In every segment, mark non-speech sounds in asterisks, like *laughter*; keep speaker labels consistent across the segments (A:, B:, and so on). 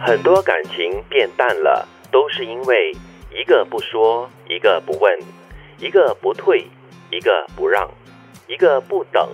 A: 很多感情变淡了，都是因为一个不说，一个不问，一个不退，一个不让，一个不等，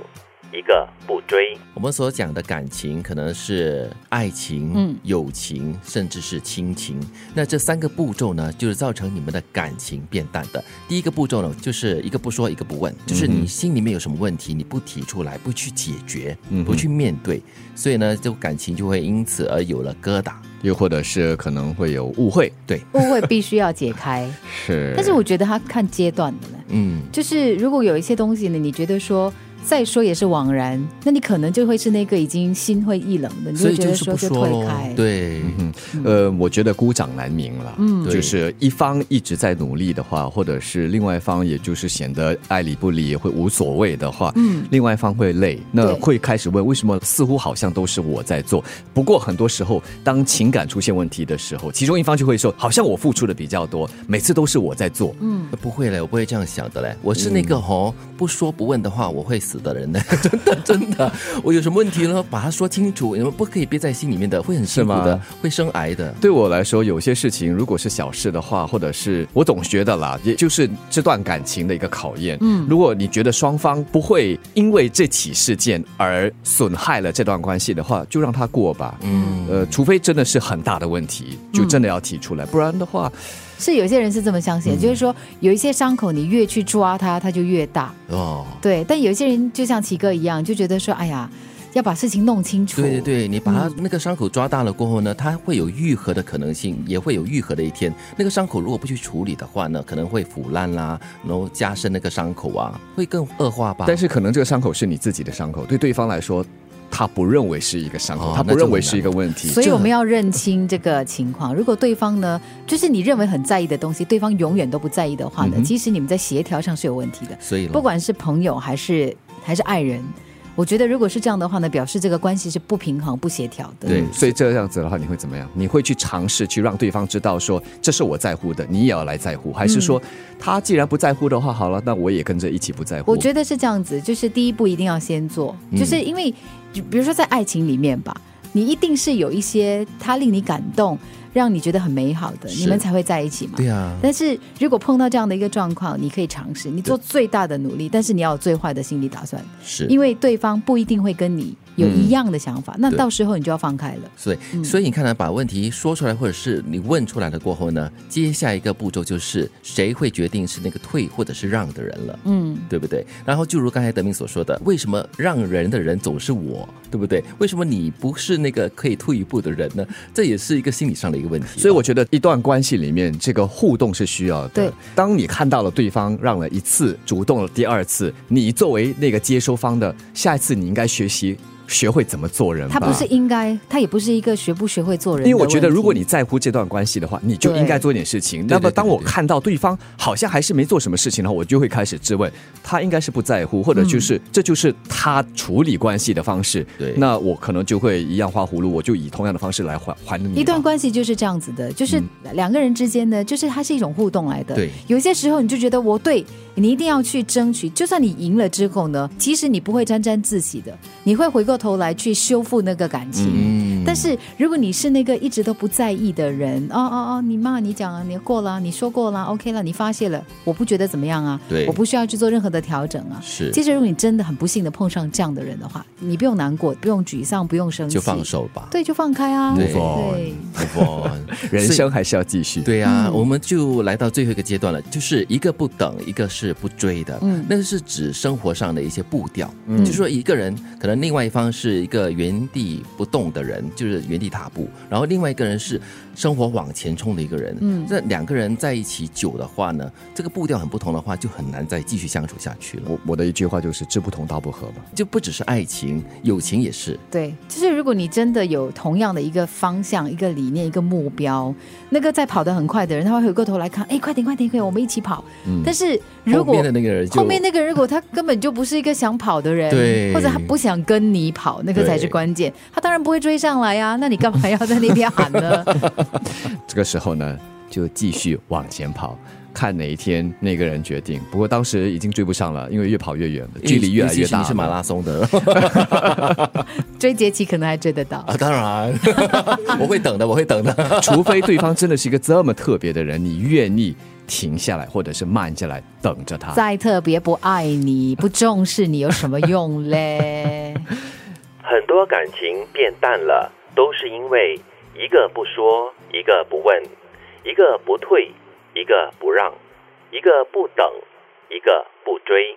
A: 一个不追。
B: 我们所讲的感情，可能是爱情、
C: 嗯
B: 友情，甚至是亲情。那这三个步骤呢，就是造成你们的感情变淡的。第一个步骤呢，就是一个不说，一个不问，
C: 嗯
B: 就是你心里面有什么问题，你不提出来，不去解决，
D: 嗯哼
B: 不去面对，所以呢，就感情就会因此而有了疙瘩。
D: 又或者是可能会有误会，
B: 对，
C: 误会必须要
B: *laughs*
C: 解开。
D: 是。
C: 但是我觉得他看阶段的呢，
B: 嗯，
C: 就是如果有一些东西呢，你觉得说再说也是枉然，那你可能就会是那个已经心灰意冷的，你
B: 所
C: 会
B: 以
C: 觉
B: 就
C: 得
B: 是不
C: 说就
B: 说
C: 退
B: 喽
C: 开。，
B: 对，
D: 呃，我觉得孤掌难鸣了，
C: 嗯
B: 对
D: 就是一方一直在努力的话，或者是另外一方也就是显得爱理不理会无所谓的话，
C: 嗯
D: 另外一方会累，那
C: 对
D: 会开始问为什么似乎好像都是我在做。不过很多时候，当情感出现问题的时候，其中一方就会说，好像我付出的比较多，每次都是我在做。
C: 嗯，
B: 不会嘞，我不会这样想的嘞。我是那
D: 嗯
B: 个吼、不说不问的话，我会死的人呢。 *laughs* 真的真的，我有什么问题呢？把它说清楚，你们不可以憋在心里面的，会很辛苦
D: 是
B: 的
D: 吗，
B: 会生癌的。
D: 对我来说，有些事情如果是小事的话，或者是我总觉得啦，也就是这段感情的一个考验。嗯，如果你觉得双方不会因为这起事件而损害了这段关系的话，就让它过吧。嗯，呃，除非真的是很大的问题，就真的要提出来，不然的话，
B: 嗯
C: 是有些人是这么相信的，就是说有一些伤口你越去抓它，它就越大。
B: 哦，
C: 对，但有一些人就像奇哥一样，就觉得说，哎呀，要把事情弄清楚。
B: 对对对，你把它那个伤口抓大了过后呢，它会有愈合的可能性，也会有愈合的一天。那个伤口如果不去处理的话呢，可能会腐烂啦，然后加深那个伤口啊，会更恶化吧。
D: 但是可能这个伤口是你自己的伤口，对对方来说，他不认为是一个伤口，
B: 哦
D: 他不
B: 那就
D: 认为
B: 很
D: 是一
B: 难
D: 个问题。
C: 所以我们要认清这个情况。如果对方呢，就是你认为很在意的东西，对方永远都不在意的话
B: 嗯
C: 呢，其实你们在协调上是有问题的。
B: 所以咯
C: 不管是朋友还是还是爱人，我觉得如果是这样的话呢，表示这个关系是不平衡、不协调的。
D: 对，所以这样子的话，你会怎么样？你会去尝试去让对方知道说，这是我在乎的，你也要来在乎，还是
C: 嗯
D: 说、他既然不在乎的话，好了，那我也跟着一起不在乎？
C: 我觉得是这样子，就是第一步一定要先做，就是因为，比如说在爱情里面吧，你一定是有一些它令你感动，让你觉得很美好的，你们才会在一起嘛。
B: 对啊，
C: 但是如果碰到这样的一个状况，你可以尝试，你做最大的努力，但是你要有最坏的心理打算，
B: 是
C: 因为对方不一定会跟你有一样的想法，那
B: 对
C: 到时候你就要放开了。
B: 所以，
D: 嗯
B: 所以你看呢，把问题说出来，或者是你问出来了过后呢，接下一个步骤就是谁会决定是那个退或者是让的人了，
C: 嗯，
B: 对不对？然后就如刚才德明所说的，为什么让人的人总是我，对不对？为什么你不是那个可以退一步的人呢？这也是一个心理上的一个问题。
D: 所以我觉得一段关系里面，这个互动是需要的。
C: 对，
D: 当你看到了对方让了一次，主动了第二次，你作为那个接收方的，下一次你应该学习学会怎么做人吧。
C: 他不是应该，他也不是一个学不学会做人的问题。
D: 因为我觉得，如果你在乎这段关系的话，你就
C: 对
D: 应该做点事情。
B: 对
D: 那么，
B: 对
D: 当我
B: 对对
D: 看到对方好像还是没做什么事情的话，我就会开始质问他，应该是不在乎，或者就是、
C: 嗯
D: 这就是他处理关系的方式。
B: 对
D: 那我可能就会一样花葫芦，我就以同样的方式来还还你吧。
C: 一段关系就是这样子的，
D: 嗯
C: 就是两个人之间呢，就是它是一种互动来的。
B: 对
C: 有些时候你就觉得我对你一定要去争取，就算你赢了之后呢，其实你不会沾沾自喜的，你会回过头来去修复那个感情。
B: 嗯
C: 但是如果你是那个一直都不在意的人，哦哦哦，你骂你讲啊，你过了啊，你说过了啊，OK 了，你发泄了，我不觉得怎么样啊，
B: 对
C: 我不需要去做任何的调整啊。
B: 是
C: 其实如果你真的很不幸的碰上这样的人的话，你不用难过，不用沮丧，不用生气，
B: 就放，手吧。
C: 对，就放开啊，
B: Move
C: 对
B: Move on
D: 人
B: 所以
D: 生还是要继续。
B: *laughs* 对啊，我们就来到最后一个阶段了，就是一个不等，一个是不追的。嗯，那个是指生活上的一些步调，嗯、就说一个人可能另外一方是一个原地不动的人，就是原地踏步，然后另外一个人是生活往前冲的一个人。嗯，这两个人在一起久的话呢，这个步调很不同的话，就很难再继续相处下去了。
D: 我我的一句话就是志不同道不合嘛。
B: 就不只是爱情，友情也是。
C: 嗯对，就是如果你真的有同样的一个方向、一个理念、一个目标，那个在跑得很快的人，他会回过头来看，哎，快点，快点，快点，我们一起跑。但是如果
B: 嗯后面的那个人就
C: 后面那个人如果他根本就不是一个想跑的人，
B: 对
C: 或者他不想跟你跑，那个才是
B: 对
C: 关键。
B: *laughs*
C: 他当然不会追上来啊，那你干嘛要在那边喊呢？
D: 这个时候呢，就继续往前跑。看哪一天那个人决定，不过当时已经追不上了，因为越跑越远了，距离越来越
B: 尤其是
D: 大
B: 你
D: 了。
B: 是马拉松的
C: 追节气可能还追得到。
B: 啊，当然， *laughs* 我会等的，我会等的。
D: *laughs* 除非对方真的是一个这么特别的人，你愿意停下来或者是慢下来等着他。
C: 再特别不爱你、不重视你有什么用嘞？
A: 很多感情变淡了，都是因为一个不说，一个不问，一个不退，一个不让，一个不等，一个不追。